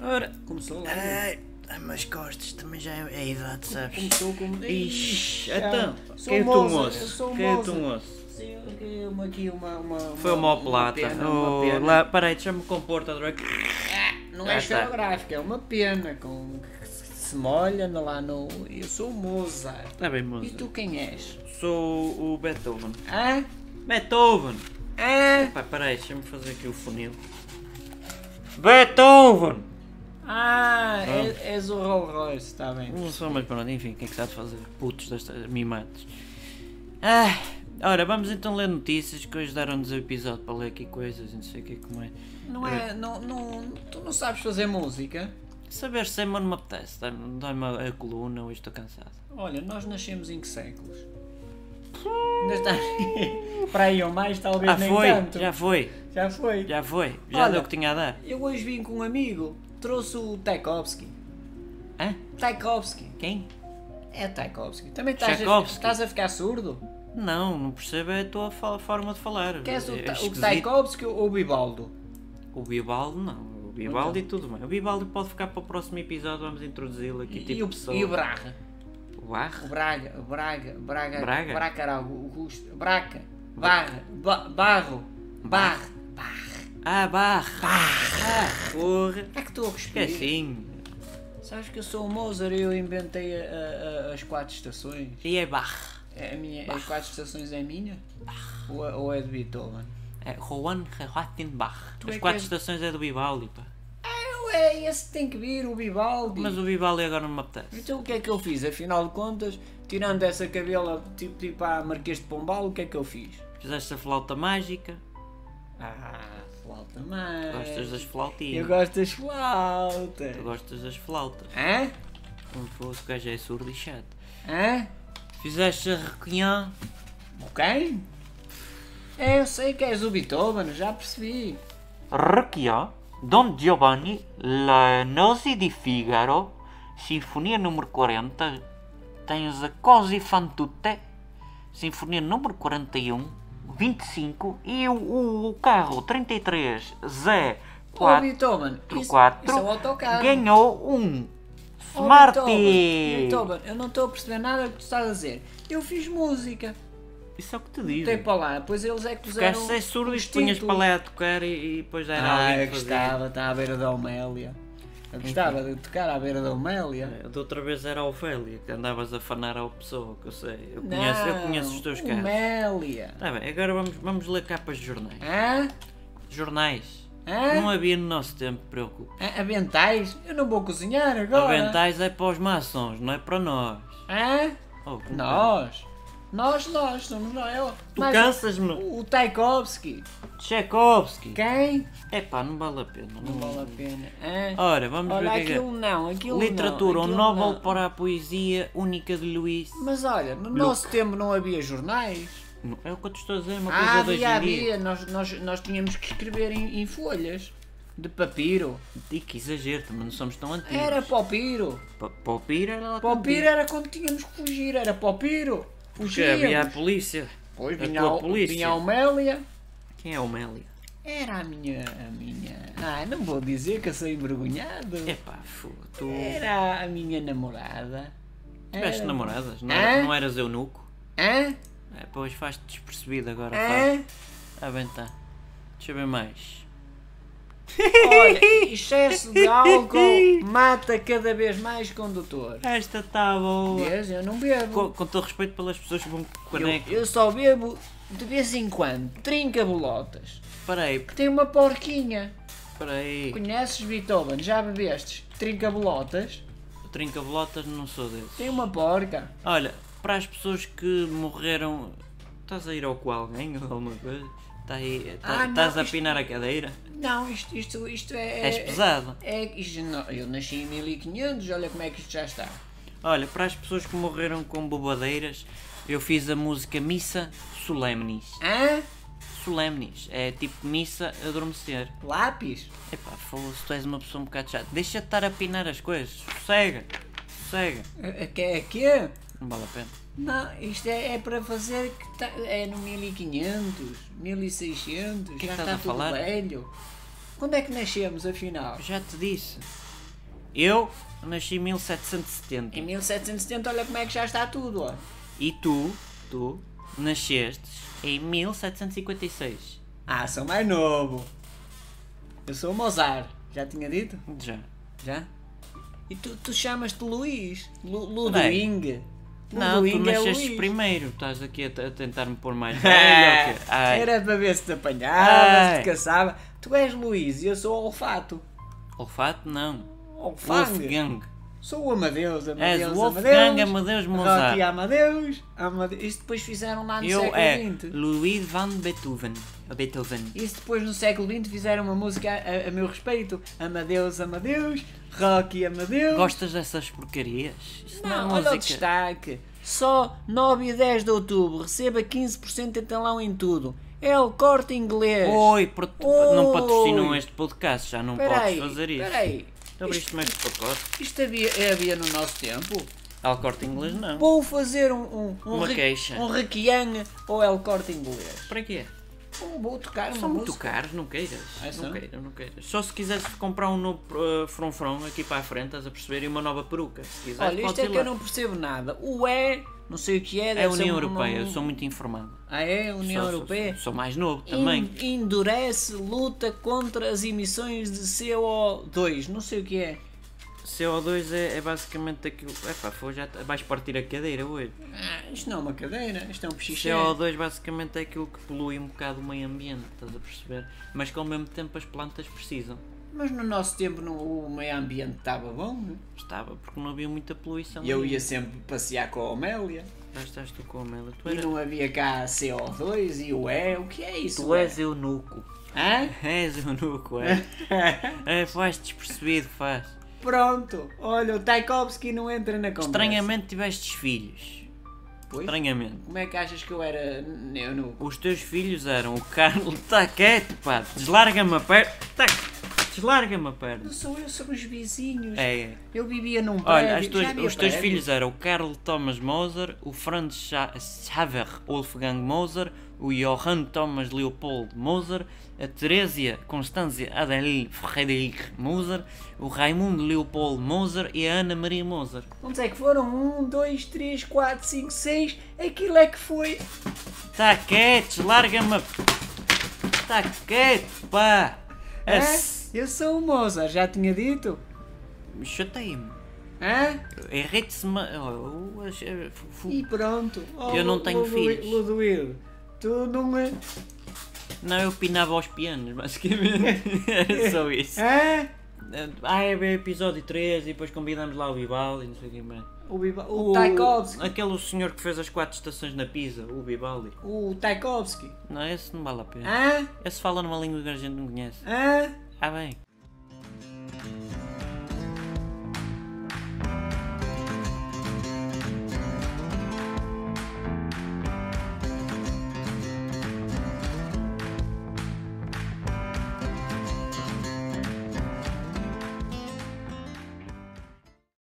Ora, começou lá. Ai, ai, mas costas também já é a idade, sabes? Começou como. Ixi, já. então, Sou quem é tu moça, eu moço? sou Quem é moça. tu moço? Sim, aqui uma, aqui uma, uma. Foi uma oplata. pena, Oh, uma pena. lá, Ah, tá. peraí, deixa-me compor, outra vez. Não Lá é está. esferográfica, é uma pena com que se molha no- lá no. Eu sou o Mozart. Está Tá bem, E moço. tu quem és? Sou o Beethoven. Hã? Beethoven! Hã? Pá, peraí, deixa-me fazer aqui o funil. Beethoven! Ah, és, és o Rolls Royce, está bem. Não sou, mas pronto, enfim, o que é que sabe fazer? Putos destas mimados. Ah, ora, vamos então ler notícias que hoje deram-nos o episódio para ler aqui coisas e não sei o que é como é. Não é. Não, não, tu não sabes fazer música? Saber se é, mano, me apetece. Dá-me dá-me a, a coluna, hoje estou cansado. Olha, nós nascemos em que séculos? Ainda está. Para aí ou mais, talvez Hum. Ah, nem foi, tanto. já foi, Já foi. já foi, já Olha. deu o que tinha a dar. Eu hoje vim com um amigo, trouxe o Tchaikovsky. Hã? Tchaikovsky. Quem? É Tchaikovsky. Também estás a, Tchaikovsky. estás a ficar surdo? Não, não percebo é a tua fa- forma de falar. Queres o, É Ta- o esquisito. Tchaikovsky ou o Bibaldo? O Bibaldo não, o Bibaldo Então. e tudo bem. O Bibaldo pode ficar para o próximo episódio, vamos introduzi-lo aqui, E, tipo o, pessoa. e o Braga? O Barre? O Braga, o Braga, Braga, Braga? Bracaralgo, o Gusto, Braca, Barra, ba, Barro, Barre, Barre. Ah, Barre! Ah, porra! É que estou a respirar. assim. Esqueci-me. Sabes que eu sou o Mozart e eu inventei a- a- a- as quatro estações. E é Barre. É a minha, as quatro estações é minha? Ou, é- ou é de Beethoven? É Juan Joaquim Barre. Tu é As que quatro és- estações é do Bibaldi, pá. Não é, esse tem que vir, o Vivaldi. Mas o Bibaldi agora não me apetece. Então o que é que eu fiz? Afinal de contas, tirando essa cabela tipo, tipo a Marquês de Pombal, o que é que eu fiz? Fizeste a flauta mágica, Ah, flauta mais. gostas das Eu flautinhas, gosto das flautas. tu gostas das flautas. Hã? Como fosse, o gajo é surdo e chato. Hã? Fizeste a requinhã, Quem? É, eu sei que és o Beethoven, já percebi. Requiem, Don Giovanni, La Noce di Figaro, Sinfonia número 40, tens a Così fan tutte, Sinfonia número 41, 25 e o, o, o carro 33 Z Ô 4 Beethoven, isso, isso é um autocarro. ganhou um Ó, Smart. Beethoven, Beethoven, eu não estou a perceber nada do que tu estás a dizer. Eu fiz música. Isso é o que te Tem digo. para lá, pois eles é que Queres puseram. ser surdo e os punhas títulos. para lá a tocar e, e depois era Ah, alguém eu que fazia. gostava, está à beira da Homélia. Eu gostava de tocar à beira da Homélia. Da outra vez era a Ofélia, que andavas a fanar ao pessoa, que eu sei. Eu conheço, eu conheço os teus Não, casos. Homélia. Tá bem, agora vamos, vamos ler capas de jornais. Hã? Jornais. Não é- Hã? havia no nosso tempo, preocupe. Hã? Aventais? Eu não vou cozinhar agora. Aventais é para os maçons, não é para nós. Hã? Oh, que Nós. Nós, nós, somos nós. Eu- Tu Mas cansas-me. O o Tchaikovsky. Tchaikovsky. Quem? Epá, não vale a pena. Não Não vale. vale a pena. Hã? Ora, vamos Olha, ver o um que é que aquilo não, aquilo não, Literatura, um aquilo Nobel não. para a poesia única de Luís. Mas olha, no nosso tempo não havia jornais. Não, É o que eu te estou a dizer, uma Ah, coisa de hoje em havia, dia. havia. Nós, nós, nós tínhamos que escrever em, em folhas. De papiro. E que exagero, também não somos tão antigos. Era papiro. Pa- Para o Pira era lá Papiro era quando tínhamos que fugir. Era papiro. Que havia a Fugíamos. polícia. Pois a vinha tua a, polícia. vinha a Homélia. Quem é o Meli? Era a minha, a minha... Ah, não vou dizer que eu sou envergonhado. Epá, fogo, tu Era a minha namorada. tiveste Era- namoradas, não, É. Hã? era- não eras eunuco? Hã? É, pois faz-te despercebido agora, pá. Hã? Ah, Tá bem, tá. Deixa eu ver mais. Olha, excesso de álcool mata cada vez mais condutor. Esta está boa. Vês? Eu não Com, bebo. com todo respeito pelas pessoas que vão com Eu, caneco. eu só bebo de vez em quando. Trinca bolotas. Peraí, Tem uma porquinha. peraí. Conheces Beethoven? Já bebestes? Trinca bolotas? Trinca bolotas, não sou desse. Tem uma porca. Olha, para as pessoas que morreram. Estás a ir ao com alguém ou alguma coisa? Tá aí- tá- Ah, não, Estás a isto- pinar a cadeira? Não, isto, isto, isto é. És pesado. É, isto não- eu nasci em 1500, olha como é que isto já está. Olha, para as pessoas que morreram com bobadeiras, eu fiz a música Missa Solemnis. Hã? Solemnis, é tipo missa adormecer. Lápis? Epá, falou-se, tu és uma pessoa um bocado chata. Deixa de estar a pinar as coisas, sossega, sossega. É que é quê? Não vale a pena. Não, isto é, é para fazer que tá, é no 1500, 1600, que já estás está a tudo falar? velho. Quando é que nascemos, afinal? Já te disse, Eu nasci em 1770. Em 1770, olha como é que já está tudo, ó. E tu, tu, nasceste em 1756. Ah, sou mais novo. Eu sou o Mozart, já tinha dito? Já. Já? E tu, tu chamas-te Luís? Lu, Bem. Ludwig? Não, tu Ludwig é nasceste Luís. primeiro. Estás aqui a, t- a tentar me pôr mais velho. ou quê? é. Ah, Ai, Era para ver se te apanhava, se Ai. te caçava. Tu és Luís e eu sou o Olfato. Olfato não. Olfang. Wolfgang. Sou o Amadeus, Amadeus, És Amadeus. Wolfgang Amadeus Rotti Mozart. Amadeus, Amadeus. Isso depois fizeram lá no Eu século é XX. Louis van Beethoven. Beethoven. Isso depois no século XX fizeram uma música a, a meu respeito. Amadeus, Amadeus, Rocky Amadeus. Gostas dessas porcarias? Isso é Não, olha o destaque. Só 9 e 10 de outubro. Receba 15% de talão em tudo. É o corte inglês. Oi, pro- não Oi. patrocinam este podcast, já não Espera podes aí, fazer isso. espera aí. Tu abriste mais este pacote? Isto, isto havia, é havia no nosso tempo. Ao corte inglês não. Vou fazer um, um, um, Uma re- queixa. um requiang ou el corte inglês. Para quê? Vou- Vou tocar uma São muito música. caros, não queiras. Ah, não são? queiras, não queiras. Só se quiseres comprar um novo uh, From From aqui para a frente, estás a perceber, e uma nova peruca. Se quiseres, Olha, isto podes é ir que eu lá. não percebo nada. O é, não sei o que é. É a deve ser União um- Europeia, um- eu sou muito informado. Ah, é? A União Sou- sou- Europeia? Sou, mais novo também. En- endurece, luta contra as emissões de CO2. Não sei o que é. CO2 é, é basicamente aquilo. Epá, foi, já t- vais partir a cadeira hoje. Ah, isto não é uma cadeira, isto é um pichiché. CO2 basicamente é aquilo que polui um bocado o meio ambiente, estás a perceber? Mas que ao mesmo tempo as plantas precisam. Mas no nosso tempo não- o meio ambiente estava bom. né? Estava, porque não havia muita poluição. E eu aí. ia sempre passear com a Omélia. Já estás tu com a Mela. Tu, E eras- não havia cá CO2 e o é. O que é isso? tu ué? és eunuco. Hã? És eunuco, é? é faz despercebido, faz. Pronto. Olha, o Tchaikovsky não entra na conversa. Estranhamente tivestes filhos. Pois? Estranhamente. Como é que achas que eu era n- eu no... Os teus filhos eram o Carlos. Está quieto, pá. Deslarga-me a perna. Tá. Deslarga-me a perna. Não sou eu, são os vizinhos. É, é. Eu vivia num prédio. Olha, as tuas- já havia os teus prédios. filhos eram o Karl Thomas Moser, o Franz Scha- Xaver Wolfgang Moser, o Johann Thomas Leopold Moser, a Teresia Constância Adele Friedrich Moser, o Raimundo Leopold Moser e a Ana Maria Moser. Onde é que foram? Um, dois, três, quatro, cinco, seis. Aquilo é que foi. Tá quieto, larga-me! a- Tá quieto, pá! Hã? Ass- Eu sou o Mozart, já tinha dito. Chatei-me. Hã? Errei-te-se. ma- oh, oh, ach- fu- fu- E pronto. Oh, Eu não Lu- tenho Lu- filhos. Ludoil, tu não é. Não, eu pinava aos pianos, basicamente. Era só É. isso. Hã? Ah, é bem episódio 3 e depois convidamos lá o Vivaldi, não sei quem mais. O, Biba... o... Tchaikovsky. Aquele senhor que fez as quatro estações na Pisa, o Vivaldi. O Tchaikovsky. Não, esse não vale a pena. Hã? Esse fala numa língua que a gente não conhece. Hã? Ah, bem.